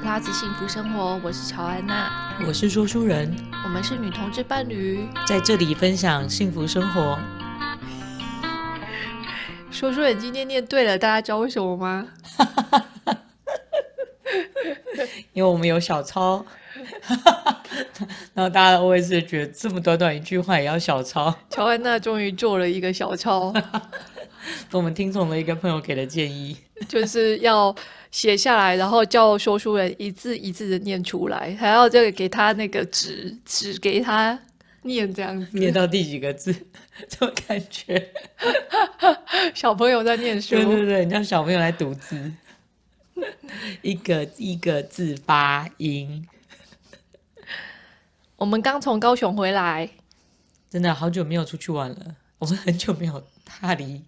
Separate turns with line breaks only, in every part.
Plus 幸福生活，我是乔安娜，
我是说书人，
我们是女同志伴侣。
在这里分享幸福生活。
说书人今天念对了，大家知道为什么吗？
因为我们有小抄， 然后大家我也是觉得这么短短一句话也要小抄，
乔安娜终于做了一个小抄，
我们听从了一个朋友给的建议。
就是要写下来，然后叫说书人一字一字的念出来，还要这个给他那个纸纸给他念这样子。
念到第几个字， 就感觉
小朋友在念书
对，对对，让小朋友来读字，一个一个字发音，
我们刚从高雄回来，
真的好久没有出去玩了，我们很久没有踏离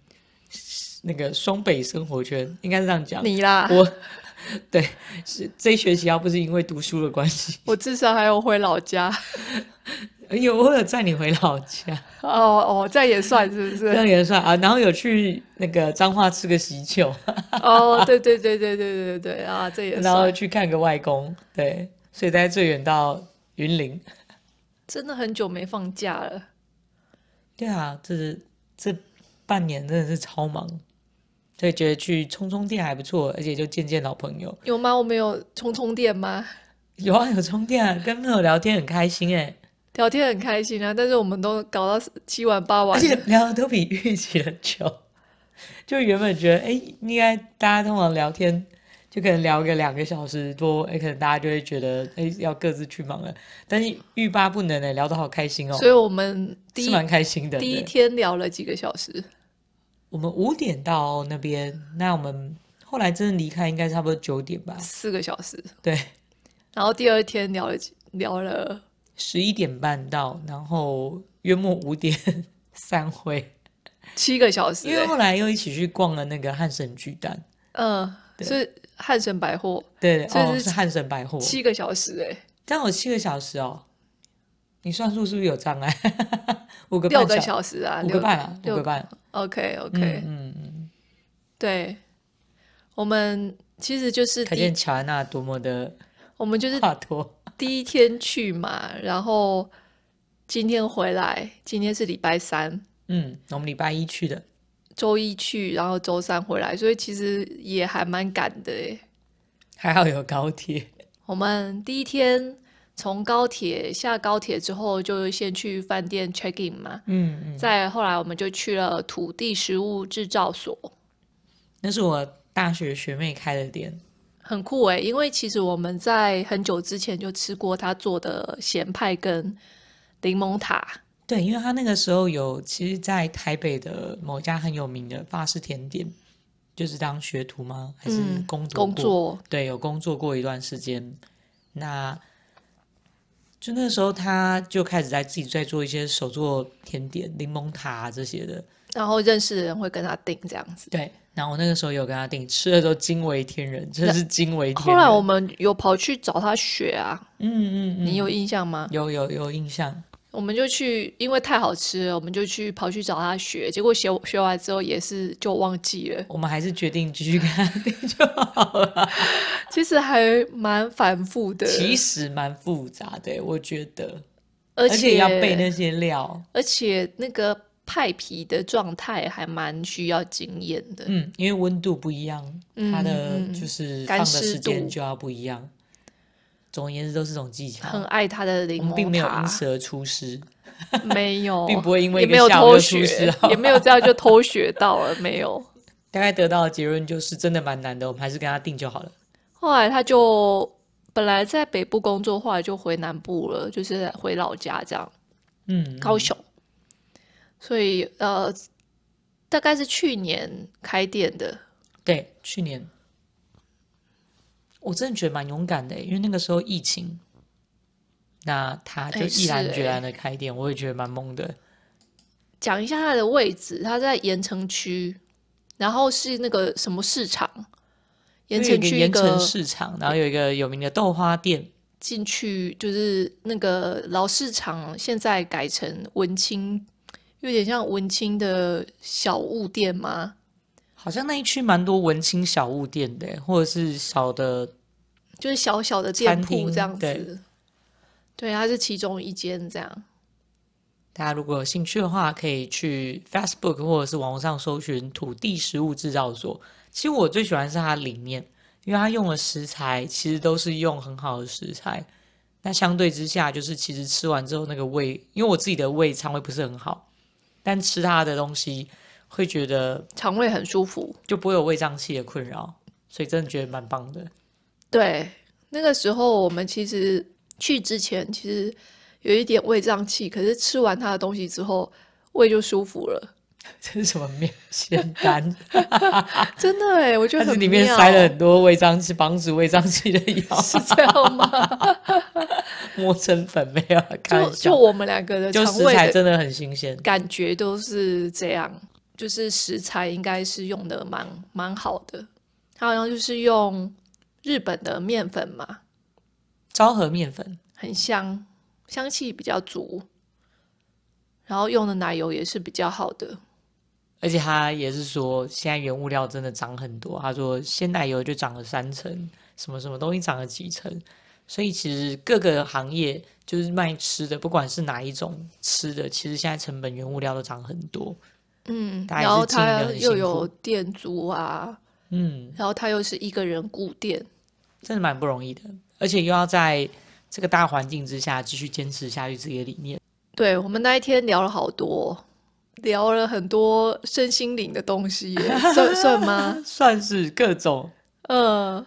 那个双北生活圈，应该是这样讲。
你啦，
我对是这一学期啊要不是因为读书的关系，
我至少还有回老家。
有我有载你回老家，
哦哦，这也算是不
这
是？
样也算啊。然后有去那个彰化吃个喜酒，
哦，对对对对对对对啊，这也
然后
算。
去看个外公，对，所以大家最远到云林。
真的很久没放假了，
对啊，这是这半年真的是超忙，所以觉得去充充电还不错，而且就见见老朋友。
有吗？我们有充充电吗？
有啊，有充电啊，跟朋友聊天很开心哎、
聊天很开心啊，但是我们都搞到七晚八晚
而，且聊的都比预期的久。就原本觉得，哎、应该大家通常聊天就可能聊个两个小时多，哎、可能大家就会觉得，哎、要各自去忙了。但是欲罢不能哎、聊得好开心 哦、
所以我们第
是
一
蛮开心的。
第一
对
天聊了几个小时，
我们五点到那边，那我们后来真的离开应该差不多九点吧？
四个小时，
对，
然后第二天聊了几聊了，
十一点半到，然后约莫五点 散会，
七个小时、
因为
欸，
后来又一起去逛了那个汉神巨蛋，
嗯，
对
是汉神百货
对，
所以
哦，
是
是汉神百货，
七个小时、欸，
但我七个小时哦，你算数是不是有障碍？ 五个半
六个小时啊，
五
六
个半啊，五
六
个半。
，OK
嗯
OK，、
嗯嗯，
对，我们其实就是
可
第
见
一
乔安娜多么的
我们就是
洒脱。
第一天去嘛，然后今天回来，今天是礼拜三，
嗯，我们礼拜一去的，
周一去，然后周三回来，所以其实也还蛮赶的诶。
还好有 高铁。
我们第一天从高铁下高铁之后，就先去饭店 check in 嘛，
嗯嗯，
再后来我们就去了土地食物制造所，
那是我大学学妹开的店。
很酷诶，因为其实我们在很久之前就吃过他做的咸派跟柠檬塔，
对，因为她那个时候有，其实，在台北的某家很有名的法式甜点，就是当学徒吗？还是
嗯，
工作
工
过
作，
对，有工作过一段时间。那就那时候，他就开始在自己在做一些手做甜点、柠檬塔啊这些的。
然后认识的人会跟他订这样子。
对，然后我那个时候有跟他订，吃的都惊为天人，真的是惊为天
后
人。
来我们有跑去找他学啊，
嗯嗯嗯，
你有印象吗？
有有有印象？
我们就去，因为太好吃了，我们就去跑去找他学。结果学学完之后也是就忘记了，
我们还是决定继续跟他订就好了。
其实还蛮反复的，
其实蛮复杂的，我觉得，
而
而
且
要备那些料。
而且那个派皮的状态还蛮需要经验的。
嗯，因为温度不一样，它的
嗯嗯
就是
干
放的
湿
时间
度
就要不一样。总而言之，都是种技巧。
很爱他的柠
我们并没
檬
有因
塔，
此而出师，
没有，
并不会因为
也
一
没
个
有
下午
偷
就出师
学
啊，
也没有这样就偷学到了，没有。
大概得到的结论就是真的蛮难的，我们还是跟他定就好了。
后来他就本来在北部工作，后来就回南部了，就是回老家这样，
嗯，
高雄。所以呃，大概是去年开店的，
对，去年我真的觉得蛮勇敢的，因为那个时候疫情，那他就
哎
毅
是
然决
哎
然的开店，我也觉得蛮懵的。
讲一下它的位置，它在盐城区，然后是那个什么市场，盐
因为有
城
一个
区一
盐城
个
市场，然后有一个有名的豆花店，
进去就是那个老市场，现在改成文青，有点像文青的小物店吗？
好像那一区蛮多文青小物店的，或者是小的
就是小小的店
餐
铺
厅
这样
对
子。对，它是其中一间这样。
大家如果有兴趣的话，可以去 Facebook 或者是网络上搜寻“土地食物制造所”。其实我最喜欢是它里面，因为它用的食材其实都是用很好的食材。那相对之下，就是其实吃完之后那个胃，因为我自己的胃肠胃不是很好，但吃它的东西会觉得
肠胃很舒服。
就不会有胃胀气的困扰，所以真的觉得蛮棒的。
对，那个时候我们其实去之前其实有一点胃胀气，可是吃完它的东西之后，胃就舒服了。
这是什么面 仙丹？
真的哎，我觉得
但是
很
里面
妙
塞了很多胃胀气、防止胃胀气的药。
是这样吗？
磨成粉没有？
就
开玩
就
笑
我们两个的
就
肠
食
胃
材
的
真的很新鲜，
感觉都是这样，就是食材应该是用的蛮蛮好的，它好像就是用日本的面粉嘛，
昭和面粉
很香，香气比较足，然后用的奶油也是比较好的，
而且他也是说，现在原物料真的涨很多。他说鲜奶油就涨了三成，什么什么东西涨了几成。所以其实各个行业就是卖吃的，不管是哪一种吃的，其实现在成本原物料都涨很多。
嗯，
大家也
然后
是经营得
它
很
又
辛
有
苦
店租啊，
嗯，
然后它又是一个人顾店，
真的蛮不容易的，而且又要在这个大环境之下继续坚持下去自己的理念。
对，我们那一天聊了好多，聊了很多身心灵的东西耶， 算算吗？
算是各种
嗯，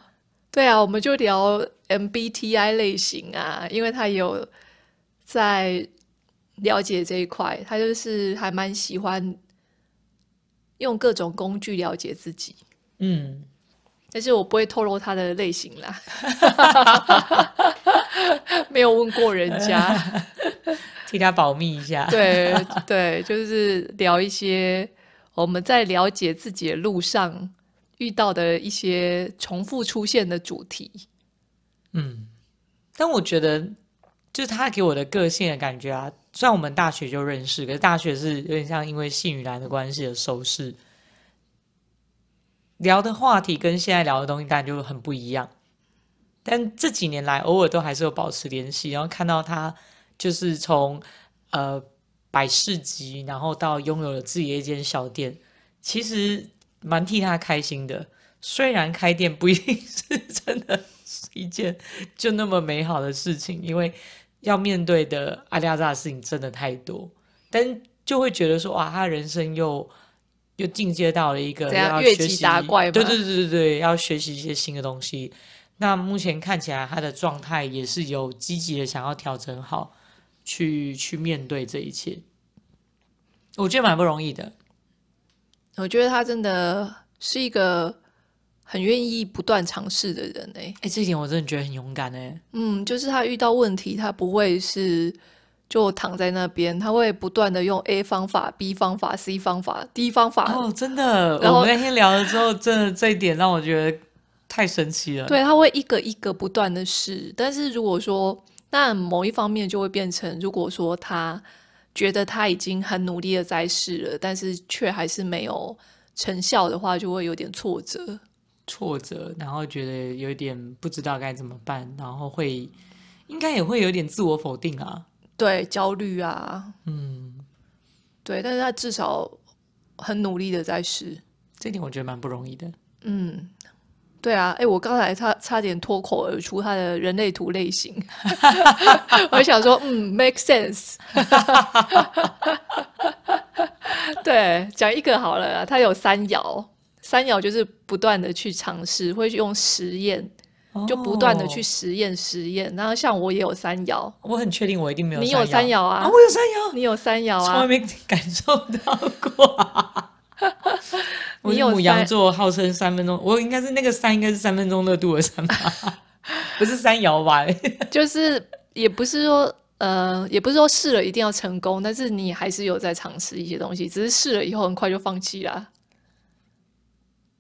对啊，我们就聊 MBTI 类型啊，因为他有在了解这一块，他就是还蛮喜欢用各种工具了解自己，
嗯。
但是我不会透露他的类型啦，没有问过人家，
替他保密一下。
对对，就是聊一些哦我们在了解自己的路上遇到的一些重复出现的主题。
嗯，但我觉得就是他给我的个性的感觉啊，虽然我们大学就认识，可是大学是有点像因为性与男的关系而熟识，聊的话题跟现在聊的东西当然就很不一样。但这几年来，偶尔都还是有保持联系，然后看到他就是从呃百事集，然后到拥有了自己的一间小店，其实蛮替他开心的。虽然开店不一定是真的是一件就那么美好的事情，因为要面对的阿里阿扎的事情真的太多，但就会觉得说哇，他人生又又进阶到了一个
怎样
要
越
学
级
习
打怪吗
对对对对对，要学习一些新的东西。那目前看起来他的状态也是有积极的想要调整好，去去面对这一切，我觉得蛮不容易的。
我觉得他真的是一个很愿意不断尝试的人诶。
哎，这一点我真的觉得很勇敢哎、
嗯，就是他遇到问题，他不会是就躺在那边，他会不断的用 A 方法、B 方法、C 方法、D 方法。
哦，真的，
然
我
后
们那天聊了之后，真的这一点让我觉得太神奇了。，
对，他会一个一个不断的试。但是如果说，那某一方面就会变成，如果说他觉得他已经很努力的在试了，但是却还是没有成效的话，就会有点挫折。
挫折，然后觉得有点不知道该怎么办，然后会应该也会有点自我否定啊。
对，焦虑啊，
嗯，
对，但是他至少很努力的在试。
这一点我觉得蛮不容易的。
嗯，对啊，哎，我刚才差差点脱口而出他的人类图类 型，我想说，嗯，make sense。对，讲一个好了啊，他有三爻，三爻就是不断的去尝试，会去用实验，就不断的去
哦，
实验实验。然后像我也有三爻，
我很确定我一定没有
你有
三
三爻啊
啊，我有三爻，
你有三爻
从来
啊，
没感受到过、 我
你
是
有
母羊
三
座，号称三分钟，我应该是那个三，应该是三分钟热度的三吧，不是三摇吧？
就是也不是说呃，也不是说试了一定要成功，但是你还是有在尝试一些东西，只是试了以后很快就放弃啦，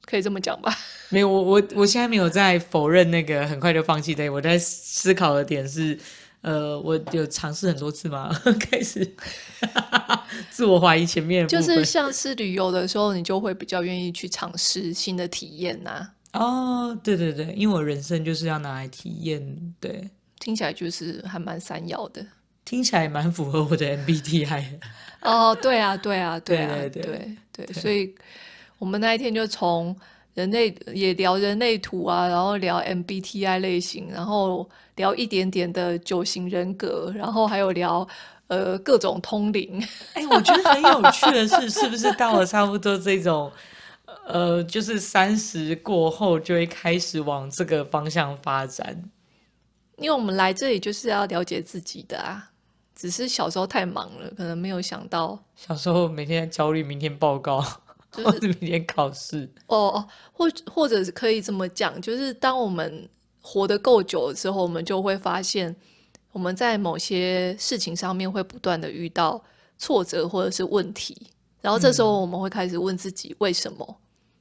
可以这么讲吧？
没有，我我我现在没有在否认那个很快就放弃的，我在思考的点是，呃，我有尝试很多次吗？ 开始自我怀疑前面的
就
部分
是像是旅游的时候，你就会比较愿意去尝试新的体验呐、
啊、哦，对对对，因为我人生就是要拿来体验，对，
听起来就是还蛮闪耀的。
听起来也蛮符合我的 MBTI 的。
哦，对啊，对啊，
对
啊，
对对
对对，
对
所以我们那一天就从人类也聊人类图啊，然后聊 MBTI 类型，然后聊一点点的九型人格，然后还有聊呃各种通灵，
哎，我觉得很有趣的是，是不是到了差不多这种，呃，就是三十过后就会开始往这个方向发展？
因为我们来这里就是要了解自己的啊，只是小时候太忙了，可能没有想到，
小时候每天在焦虑明天报告，
就是
或者明天考试。
哦哦，或或者是可以这么讲，就是当我们活得够久之后，我们就会发现，我们在某些事情上面会不断的遇到挫折或者是问题，然后这时
嗯
候我们会开始问自己，为什么？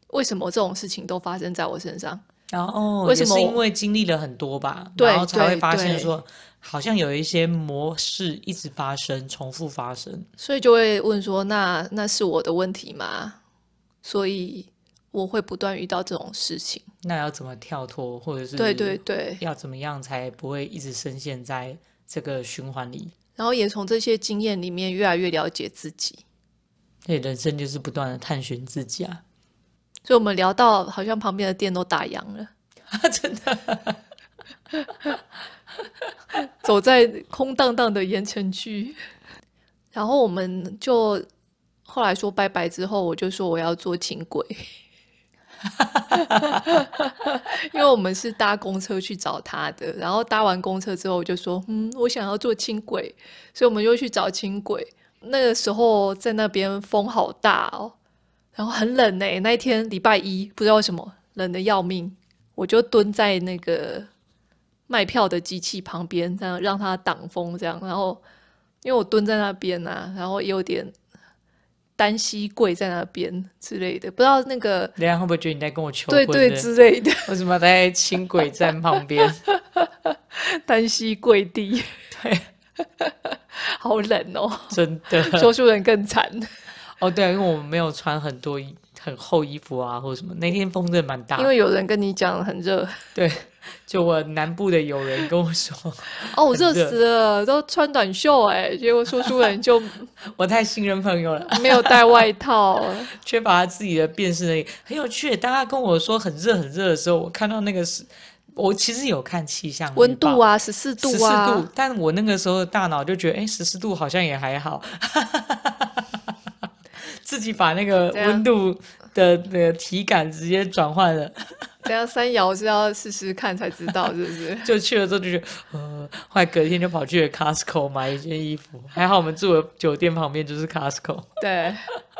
为什么这种事情都发生在我身上？
然后
哦为什么
也是
我
因为经历了很多吧，
对
然后才会
对
发现
对
说，好像有一些模式一直发生，重复发生。
所以就会问说，那那是我的问题吗？所以我会不断遇到这种事情。
那要怎么跳脱，或者是
对对对，
要怎么样才不会一直深陷在这个循环里？
然后也从这些经验里面越来越了解自己。
所以人生就是不断的探寻自己啊，
所以我们聊到好像旁边的店都打烊了，
真的。
走在空荡荡的盐城区，然后我们就后来说拜拜之后，我就说我要坐轻轨， 因为我们是搭公车去找他的，然后搭完公车之后，我就说嗯，我想要坐轻轨，所以我们就去找轻轨。那个时候在那边风好大哦，然后很冷呢、欸那一天礼拜一，不知道为什么冷的要命，我就蹲在那个卖票的机器旁边，这样让它挡风，这样。然后因为我蹲在那边啊，然后也有点单膝跪在那边之类的，不知道那个
人家会不会觉得你在跟我求婚
对
呢？
对之类的
为什么要待在轻轨站旁边？
单膝跪地，
对，
好冷 哦，
真的。
说书人更 惨。
哦，对啊，因为我们没有穿很多衣很厚衣服啊，或者什么。那天风真的蛮大的
因为有人跟你讲很热，
对，就我南部的友人跟我说，
哦，我热
很热
死了，都穿短袖哎、结果说书人就
我太信任朋友了，
没有带外套，啊
缺乏自己的辨识能力，很有趣。当他跟我说很热很热的时候，我看到那个是，我其实有看气象
温度
啊。
啊，十四
十
度
四
啊，
度，但我那个时候的大脑就觉得，哎，十四度好像也还好， 自己把那个
这样
温度的那个体感直接转换了，？
等一下三摇是要试试看才知道，是不是
就去了之后就觉得，呃，后来隔天就跑去了 Costco 买一件衣服，还好我们住的酒店旁边就是 Costco，
对，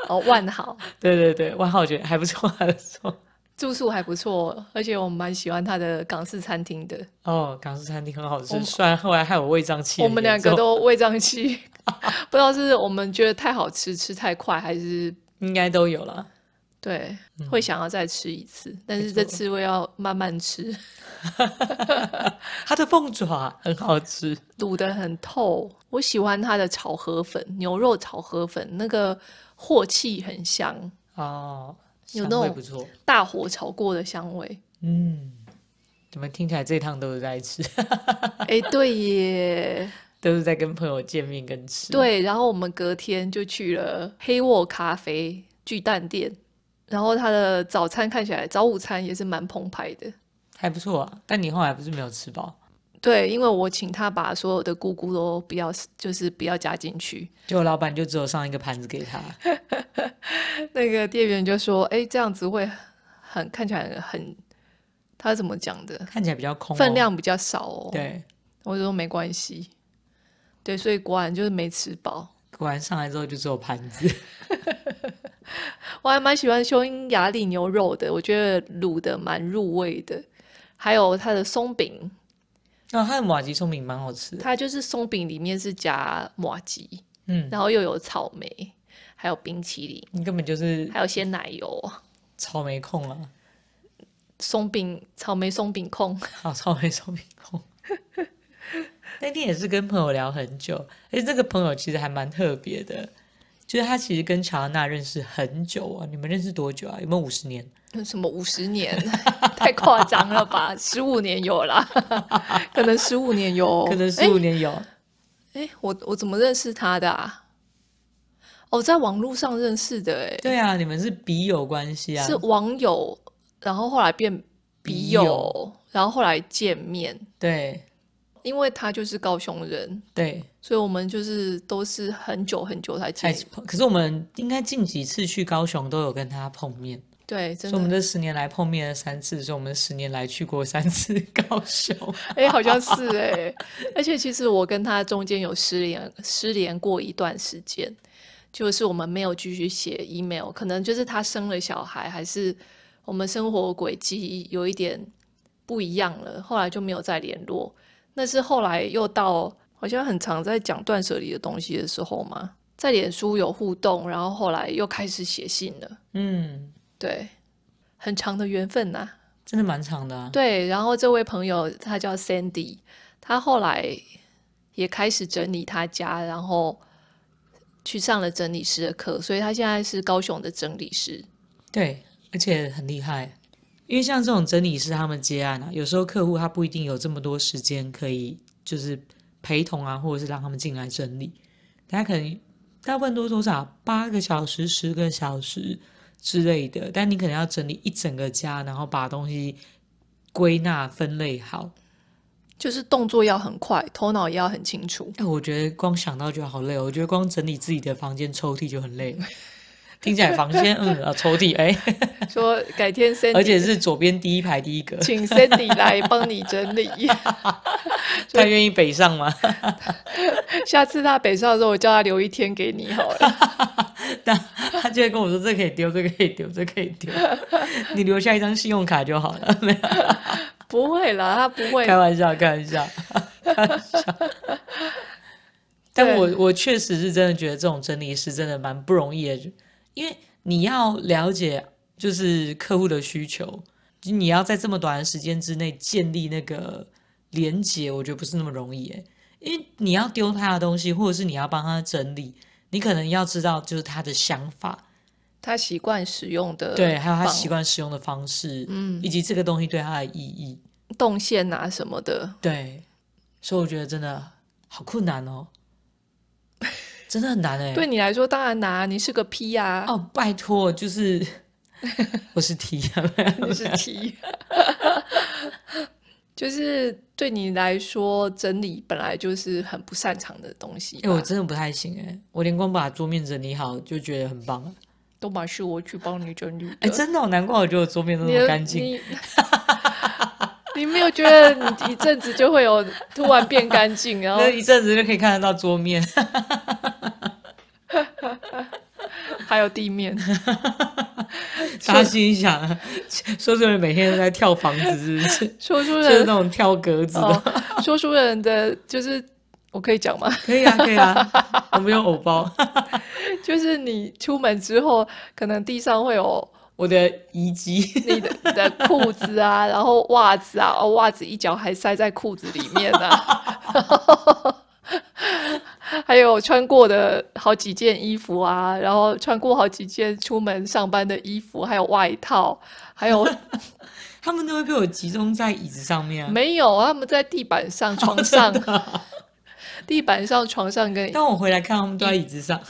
哦，万豪
对对对，万浩觉得还不错，还不错。
住宿还不错，而且我蛮喜欢它的港式餐厅的。
哦，港式餐厅很好
我
吃，
们
虽然后来害我胃胀气
我
很严重，
们两个都胃胀气， 不知道是我们觉得太好吃，吃太快，还是
应该都有了。
对会想要再吃一次，但是
没错
这次我要慢慢吃，
它的凤爪很好吃，
卤得很透。我喜欢它的炒河粉，牛肉炒河粉，那个镬气很香，
哦，
有
香
那
味
种
不错。
大火炒过的香味。
嗯，怎么听起来这一趟都是在吃，
哎，对耶。
都是在跟朋友见面跟吃。，
对，然后我们隔天就去了黑沃咖啡巨蛋店，然后它的早餐看起来早午餐也是蛮澎湃的。
还不错啊。但你后来不是没有吃饱，
对，因为我请他把所有的菇菇都不要，就是不要加进去。
结果老板就只有上一个盘子给他。
那个店员就说：“哎，这样子会很看起来很，他怎么讲的？
看起来比较空、哦，
分。量比较少哦。”，
对，
我就说没关系。对，所以果然就是没吃饱。
果然上来之后就只有盘子。
我还蛮喜欢匈牙利牛肉的，我觉得卤的蛮入味的，还有它的松饼，
然后他的马吉松饼蛮好吃的，
它就是松饼里面是夹马吉，
嗯，
然后又有草莓，还有冰淇淋，
你根本就是
还有鲜奶油，
草莓控啊，
松饼草莓松饼控，
好，草莓松饼控。那天也是跟朋友聊很久，而且这个朋友其实还蛮特别的，就是他其实跟乔安娜认识很久啊，你们认识多久啊？有没有五十年？
什么五十年， 太夸张了吧？十五年有啦， 可能十五年有，
可能
诶
十五年有。
哎，我我怎么认识他的啊？哦，在网络上认识的，哎，
对啊，你们是笔友关系啊，
是网友，然后后来变笔
笔
友，
友
然后后来见面，
对
因为他就是高雄人，
对，
所以我们就是都是很久很久才见
才。可是我们应该近几次去高雄都有跟他碰面，
对，
所
真
以我
的
们，这十年来碰面了三次，所以我们十年来去过三次高雄。
哎、好像是哎、而且其实我跟他中间有失联，失联过一段时间，就是我们没有继续写 email，可能就是他生了小孩，还是我们生活轨迹有一点不一样了，后来就没有再联络。那是后来又到好像很常在讲断舍离的东西的时候嘛，在脸书有互动，然后后来又开始写信了，
嗯，
对，很长的缘分呐、
真的蛮长的、啊。
对，然后这位朋友他叫 Sandy，他后来也开始整理他家，然后去上了整理师的课，所以他现在是高雄的整理师。
对，而且很厉害，因为像这种整理师他们接案啊，有时候客户他不一定有这么多时间可以就是陪同啊，或者是让他们进来整理，他可能大部分多多少少八个小时、十个小时之类的，但你可能要整理一整个家，然后把东西归纳分类好。
就是动作要很快，头脑也要很清 楚。
哎，我觉得光想到就好累哦，我觉得光整理自己的房间抽屉就很累了。听起来房间，嗯，啊，抽屉，哎，
说改天
而
Sandy，
且是左边第一排第一个。
请 Sandy 来帮你整理。
他愿意北上吗？
下次他北上的时候，我叫他留一天给你好了。
那他就会跟我说：“这可以丢，这可以丢，这可以丢， 你留下一张信用卡就好了。”没有，
不会啦，他不会。
开 玩笑，开玩笑，开玩笑。但我我确实是真的觉得这种整理师真的蛮不容易的，就因为你要了解就是客户的需求，就你要在这么短的时间之内建立那个连接，我觉得不是那么容易诶。因为你要丢他的东西，或者是你要帮他整理，你可能要知道就是他的想法，
他习惯使用的
对，还有他
方
习惯使用的方式，
嗯
以及这个东西对他的意义，
动线啊什么的，
对，所以我觉得真的好困难 哦，真的很难哎。
对你来说当然难啊，你是个 P 呀、
哦，拜托，就是 我是 T，啊哎
你 是 T，就是对你来说，整理本来就是很不擅长的东西
哎，我
吧
真的不太行哎，我连光把桌面整理好就觉得很棒了。
都嘛是我去帮你整理
哎，
的
真的哦、难怪我觉得我桌面都
你
那么
的
干净。
你你没有觉得你一阵子就会有突然变干净，然后
那一阵子就可以看得到桌 面，
还有地 面，
大家心里想啊，说这人每天都在跳房子，是不是？
说书
就是
人
那种跳格子的
哦，说书人的就是我可以讲吗？
可以啊，可以 啊，我没有偶包，
就是你出门之后，可能地上会有
我的遗迹。
你的你的裤子啊， 然后袜子啊，哦，袜子一脚还塞在裤子里面啊， 还有穿过的好几件衣服啊，然后穿过好几件出门上班的衣服，还有外套，还有
他们都会被我集中在椅子上面、啊。
没有？他们在地板上、床上、 地板上、床上跟
但我回来看，他们都在椅 子上。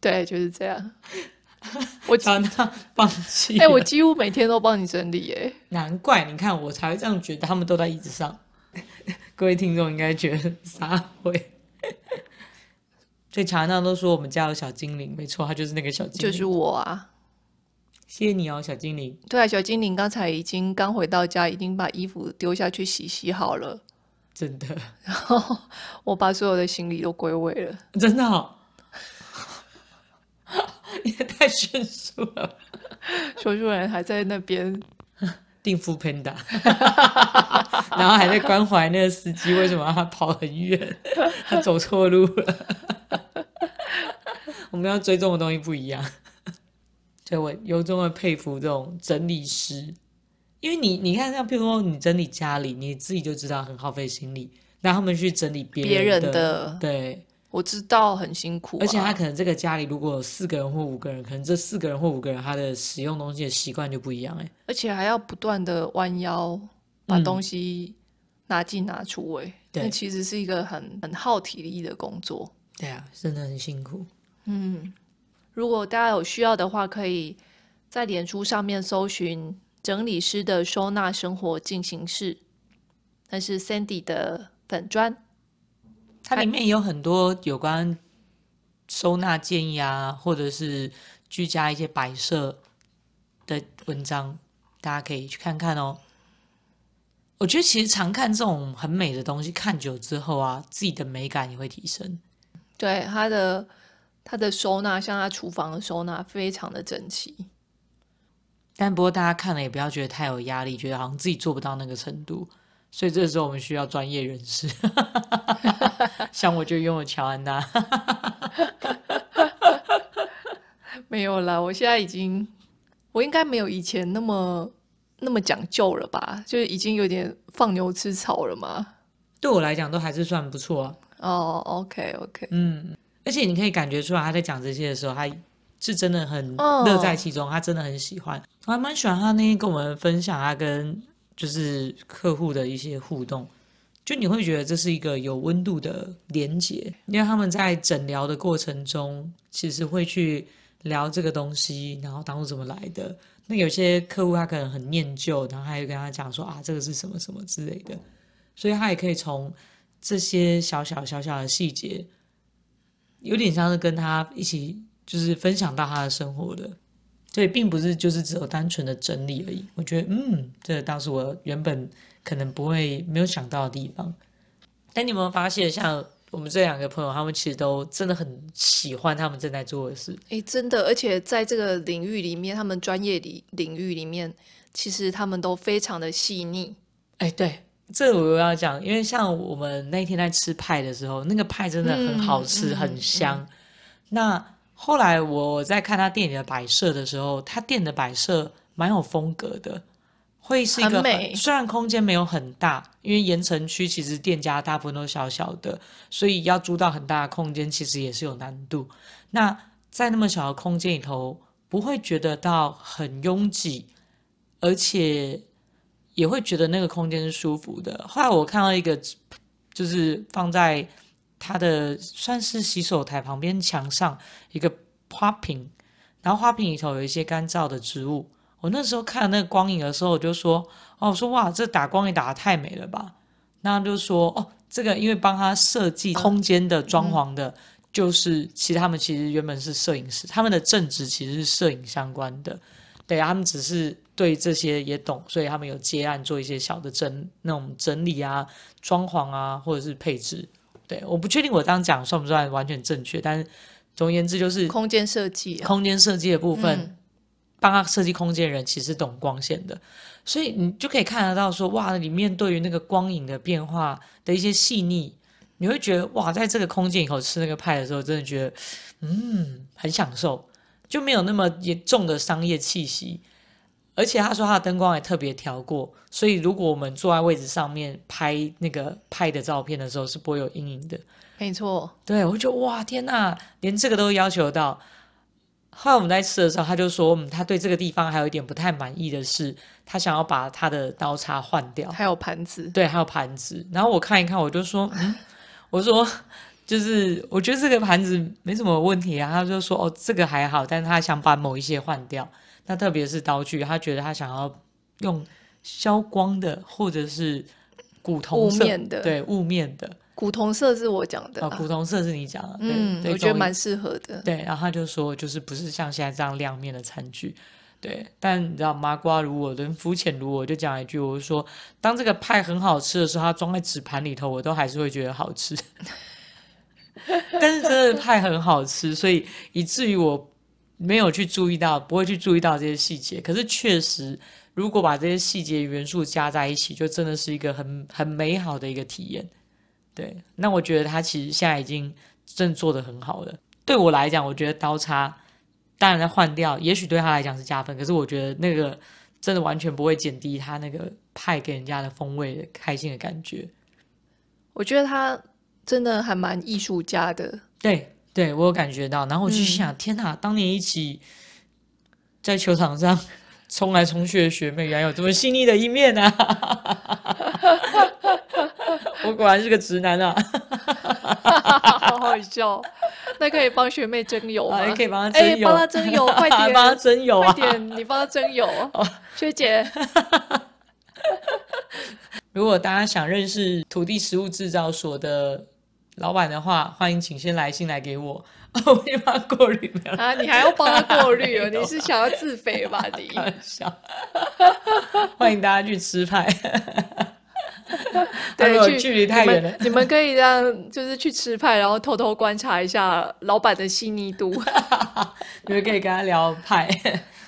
对，就是这样。我几
找到放弃
哎、
了。
我几乎每天都帮你整理哎、
难怪你看我才会这样觉得，他们都在椅子上。 各位听众应该觉得撒 会。所以乔安娜都说我们家有小精灵，没错，她就是那个小精
就
灵。
是我啊。
谢谢你哦，小精灵。
对啊，小精灵刚才已经刚回到家，已经把衣服丢下去洗洗好了，
真的，
然后我把所有的行李都归位了。
真的、哦， 也太迅速了。
说书人还在那边，
定付 Panda，然后还在关怀那个司机为什么他跑很远，他走错路了。我们要追踪的东西不一样，所以我由衷的佩服这种整理师，因为你你看像譬如说你整理家里，你自己就知道很耗费心力，让他们去整理别
别人
的，
的
对，
我知道很辛苦、啊，
而且他可能这个家里如果有四个人或五个人，可能这四个人或五个人他的使用东西的习惯就不一样哎、
而且还要不断的弯腰把
嗯
东西拿进拿出、欸，
对
那其实是一个很很耗体力的工作。
对啊，真的很辛苦。
嗯，如果大家有需要的话，可以在脸书上面搜寻“整理师的收纳生活进行式”，那是 Sandy 的粉砖。
它
还
里面有很多有关收纳建议啊，或者是居家一些摆设的文章，大家可以去看看哦。我觉得其实常看这种很美的东西，看久之后啊，自己的美感也会提升。
对，它的它的收纳，像它厨房的收纳非常的整齐。
但不过大家看了也不要觉得太有压力，觉得好像自己做不到那个程度，所以这时候我们需要专业人士， 像我就拥有乔安娜。
没有啦，我现在已经，我应该没有以前那么那么讲究了吧？就是已经有点放牛吃草了嘛。
对我来讲都还是算不错啊、
哦，OK OK，
嗯，而且你可以感觉出来，他在讲这些的时候，他是真的很
哦
乐在其中，他真的很喜欢。我还蛮喜欢他那天跟我们分享他跟就是客户的一些互动，就你会觉得这是一个有温度的连接，因为他们在诊疗的过程中，其实会去聊这个东西，然后当初怎么来的。那有些客户他可能很念旧，然后还有跟他讲说啊，这个是什么什么之类的，所以他也可以从这些小小小小的细节，有点像是跟他一起就是分享到他的生活的，所以并不是就是只有单纯的整理而已。我觉得，嗯，这倒是我原本可能不会没有想到的地方。但你有没有发现，像我们这两个朋友，他们其实都真的很喜欢他们正在做的事。
诶，真的，而且在这个领域里面，他们专业里领域里面，其实他们都非常的细腻。
哎，对，这我又要讲，因为像我们那天在吃派的时候，那个派真的很好
嗯
吃，
嗯
很香。那后来我在看他店里的摆设的时候，他店的摆设蛮有风格的，会是一个
很美
虽然空间没有很大，因为盐城区其实店家大部分都小小的，所以要租到很大的空间其实也是有难度。那在那么小的空间里头，不会觉得到很拥挤，而且也会觉得那个空间是舒服的。后来我看到一个，就是放在它的算是洗手台旁边墙上一个花瓶，然后花瓶里头有一些干燥的植物。我那时候看那个光影的时候，我就说：“哦，我说哇，这打光也打得太美了吧！”那他就说：“哦，这个因为帮他设计空间的装潢的，就是其实他们其实原本是摄影师，他们的正职其实是摄影相关的。对，啊他们只是对这些也懂，所以他们有接案做一些小的整那种整理啊、装潢啊，或者是配置。对，我不确定我这样讲算不算完全正确，但是总而言之就是
空间设计、啊，
空间设计的部分，
嗯
帮他设计空间的人其实懂光线的，所以你就可以看得到说，哇，里面对于那个光影的变化的一些细腻，你会觉得哇，在这个空间里头吃那个派的时候，真的觉得嗯很享受，就没有那么严重的商业气息。而且他说他的灯光也特别调过，所以如果我们坐在位置上面拍那个派的照片的时候，是不会有阴影的。
没错，
对，我就觉得哇，天呐，连这个都要求到。后来我们在吃的时候，他就说，嗯，他对这个地方还有一点不太满意的是，他想要把他的刀叉换掉，
还有盘子，
对，还有盘子。然后我看一看，我就说，嗯，我说就是我觉得这个盘子没什么问题啊。他就说，哦，这个还好，但是他想把某一些换掉，那特别是刀具，他觉得他想要用消光的或者是古铜
雾
色
面的
对，雾面的。
古铜色是我讲的
哦，
啦。
古铜色是你讲的，对
嗯，
对
我觉得
终于
蛮适合的。
对，然后他就说，就是不是像现在这样亮面的餐具，对。但你知道，麻瓜如我，人肤浅如我，我就讲一句，我就说，当这个派很好吃的时候，它装在纸盘里头，我都还是会觉得好吃。 但是真的派很好吃，所以以至于我没有去注意到，不会去注意到这些细节。可是确实，如果把这些细节元素加在一起，就真的是一个很很美好的一个体验。对，那我觉得他其实现在已经真的做得很好了。对我来讲，我觉得刀叉当然它换掉，也许对他来讲是加分，可是我觉得那个真的完全不会减低他那个派给人家的风味的开心的感觉。
我觉得他真的还蛮艺术家 的。
对对，我有感觉到。然后我就
嗯
想，天哪，当年一起在球场上冲来冲去的学妹，原来有这么细腻的一面啊！ 我果然是个直男啊！
好好笑，那可以帮学妹征友吗
啊，？可以帮他
哎
真，有，
帮她 增油，快点，
帮他真有
快
啊！哦
点，你帮她增油，学姐。
如果大家想认识土地食物制造所的老板的话，欢迎请先来信来给我， 我会帮他过滤掉。
啊，你还要帮他过滤哦？
没有
你是想要自肥吧 你？
开玩笑，欢迎大家去吃派。他如果
对，去
距离太远
你
了
们，你们可以让就是去吃派，然后偷偷观察一下老板的细腻度。
你们可以跟他聊派。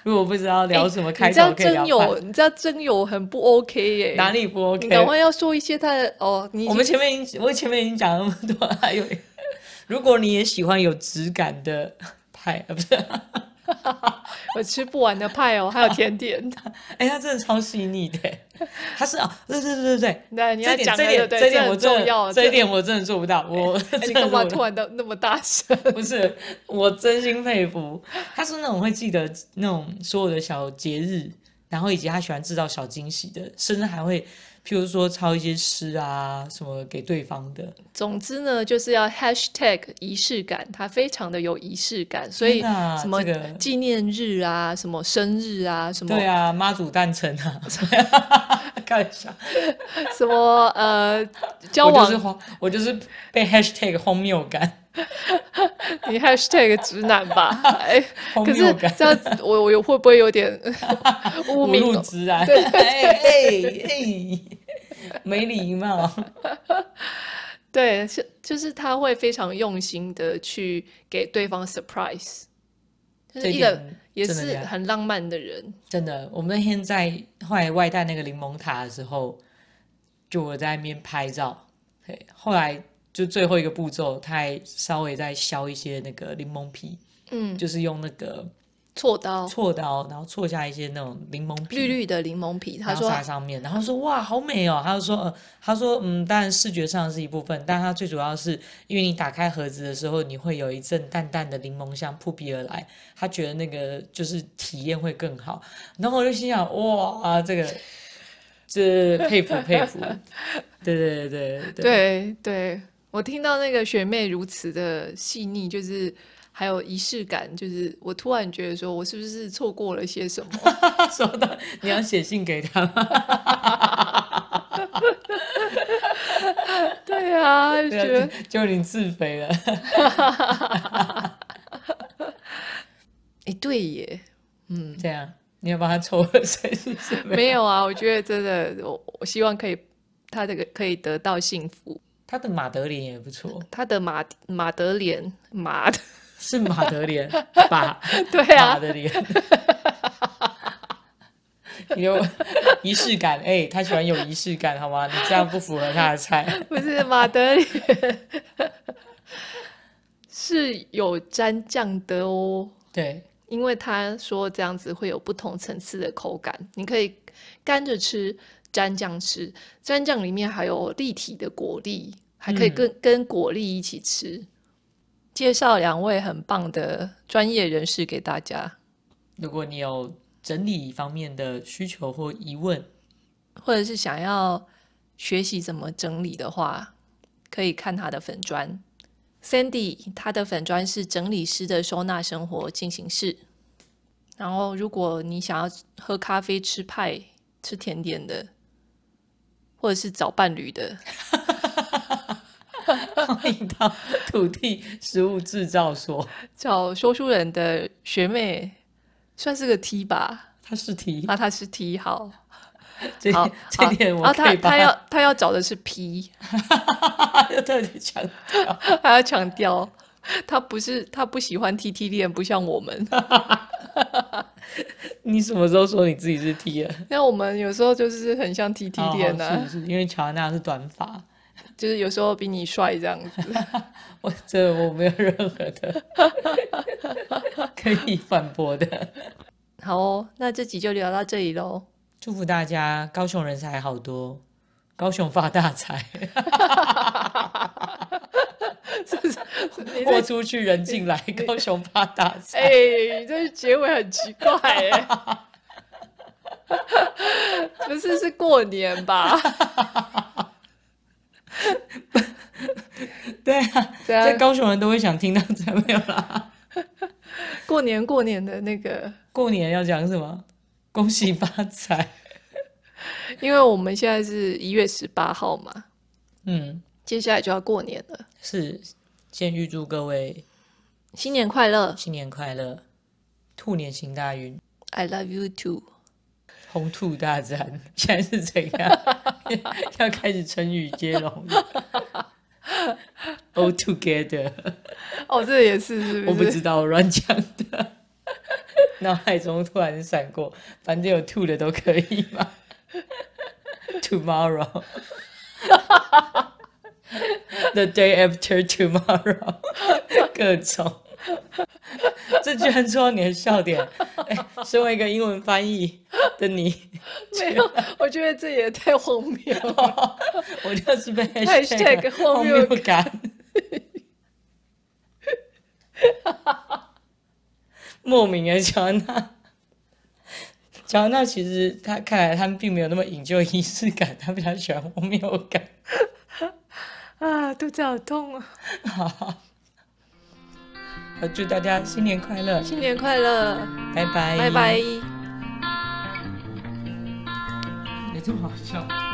如果不知道 聊什么
哎你
开
这
头，
样
可以
真
聊派
友，你这样真友很不 OK 耶、
哪里不
你赶
OK？
快要说一些他的哦，你已
我们
经
前面已经，我前面已经讲了那么多了，还有，如果你也喜欢有质感的派，啊不是？
我吃不完的派 哦，还有甜点。
哎、他真的超细腻的，他是啊，对对对对对，
那你要
这点
讲
这
的
点
对
这
对，
点我
很
真
重
的
要。
这一点我真的做不到，我
哎
真
你
的
干嘛
做不
突
到。
然的那么大声？
不是，我真心佩服，他是那种会记得那种所有的小节日，然后以及他喜欢制造小惊喜的，甚至还会，譬如说抄一些诗啊什么给对方的。
总之呢，就是要 hashtag 仪式感，它非常的有仪式感，所以
天哪
什么
这个
纪念日啊，什么生日啊，什么
对啊，妈祖诞 辰啊，开玩笑，
什么呃交
我就
往
是，荒，我就是被 hashtag 荒谬感，
你 hashtag 直男吧？哎，
荒
可是
谬感，
这样子我我有会不会有 点污
无
名
路
哦？
之然，
对
哎哎哎，没礼貌。
对，是就是他会非常用心的去给对方 surprise，就是
这
一个
点
也
真的
是
厉害
很浪漫的人。
真的，我们那天在后来外带那个柠檬塔的时候，就我在那边拍照，对，后来就最后一个步骤，他还稍微再削一些那个柠檬皮，
嗯，
就是用那个
错刀，
锉刀，然后锉下一些那种柠檬皮，
绿绿的柠檬皮，他
然后
说
撒上面，然后说哇好美哦，他就说呃，他说嗯，当然视觉上是一部分，但它最主要是因为你打开盒子的时候，你会有一阵淡淡的柠檬香扑鼻而来，他觉得那个就是体验会更好。然后我就心想哇、啊，这个这佩服佩服，对对对对对，
对对，我听到那个学妹如此的细腻，就是还有仪式感，就是我突然觉得说，我是不是错过了些什么？
他说的你要写信给他吗？
对啊，觉
对
得
啊，就就你自肥了，
诶，哎对耶，
这样你要帮他抽了水是不是？
嗯没有啊，我觉得真的，我我希望可以他这个可以得到幸福。
他的马德莲也不错，
他的马马德莲马的，
是马德莲吧？
对
妈
啊，
的脸， 有仪式感，哎、他喜欢有仪式感，好吗？你这样不符合他的 菜。
不是马德莲， 是有蘸酱的哦。
对，
因为他说这样子会有不同层次的口感，你可以干着吃，蘸酱吃，蘸酱里面还有立体的果粒，还可以
嗯
跟、跟果粒一起吃。介绍两位很棒的专业人士给大家，
如果你有整理方面的需求或疑问，
或者是想要学习怎么整理的话，可以看他的粉砖。Sandy，他的粉砖是整理师的收纳生活进行式。然后，如果你想要喝咖啡、吃派、吃甜点的，或者是找伴侣的，
欢迎到土地食物制造所。
找说书人的学妹，算是个 T 吧？
他是 T，
啊，她是 T，好，
这
好，
这
好
点
然
我
后
可
她
以帮
她 要她要找的是 P，
要特别强调。
还要强调，他不是他不喜欢 T T 恋，不像我 们。
你什么时候说你自己是 T 了？
那我们有时候就是很像 T T 啊
哦
恋呐、
是是，因为乔安娜是短发，
就是有时候比你帅这样子。
我这我没有任何的 可以反驳的。
好哦，那这集就聊到这里喽。
祝福大家，高雄人才好多，高雄发大财。
你
豁
这
出去人进来，高雄怕大赛。
哎、你这结尾很奇怪哎、 不是是过年 吧？
对啊，
对
在
啊，
高雄人都会想听到这没有啦。
过年过年的那个，
过年要讲什么？恭喜发财。
因为我们现在是一月十八号嘛，
嗯，
接下来就要过年了，
是。先预祝各位
新年快乐
新年快乐，兔年行大运，
！I love you too。
红兔大战。现在是怎样？ 要开始成语接龙了。All together。
哦，这也是是不是？
我不知道，我乱讲 的。脑海中突然闪过，反正有吐的都可以嘛。Tomorrow, the day after tomorrow，各种。这居然说到你的笑点，哎，身为一个英文翻译的你，
没有，我觉得这也太荒谬了。
我就是 被
Hashtag
荒
荒
谬
谬
感。莫名的乔安娜，乔安娜其实她看来他们并没有那么引咎仪式感，她比较喜欢荒谬感。
啊，肚子好痛啊！
好祝大家新年快乐，
新年快乐，
哎拜拜，
拜拜。
哎有这么好笑？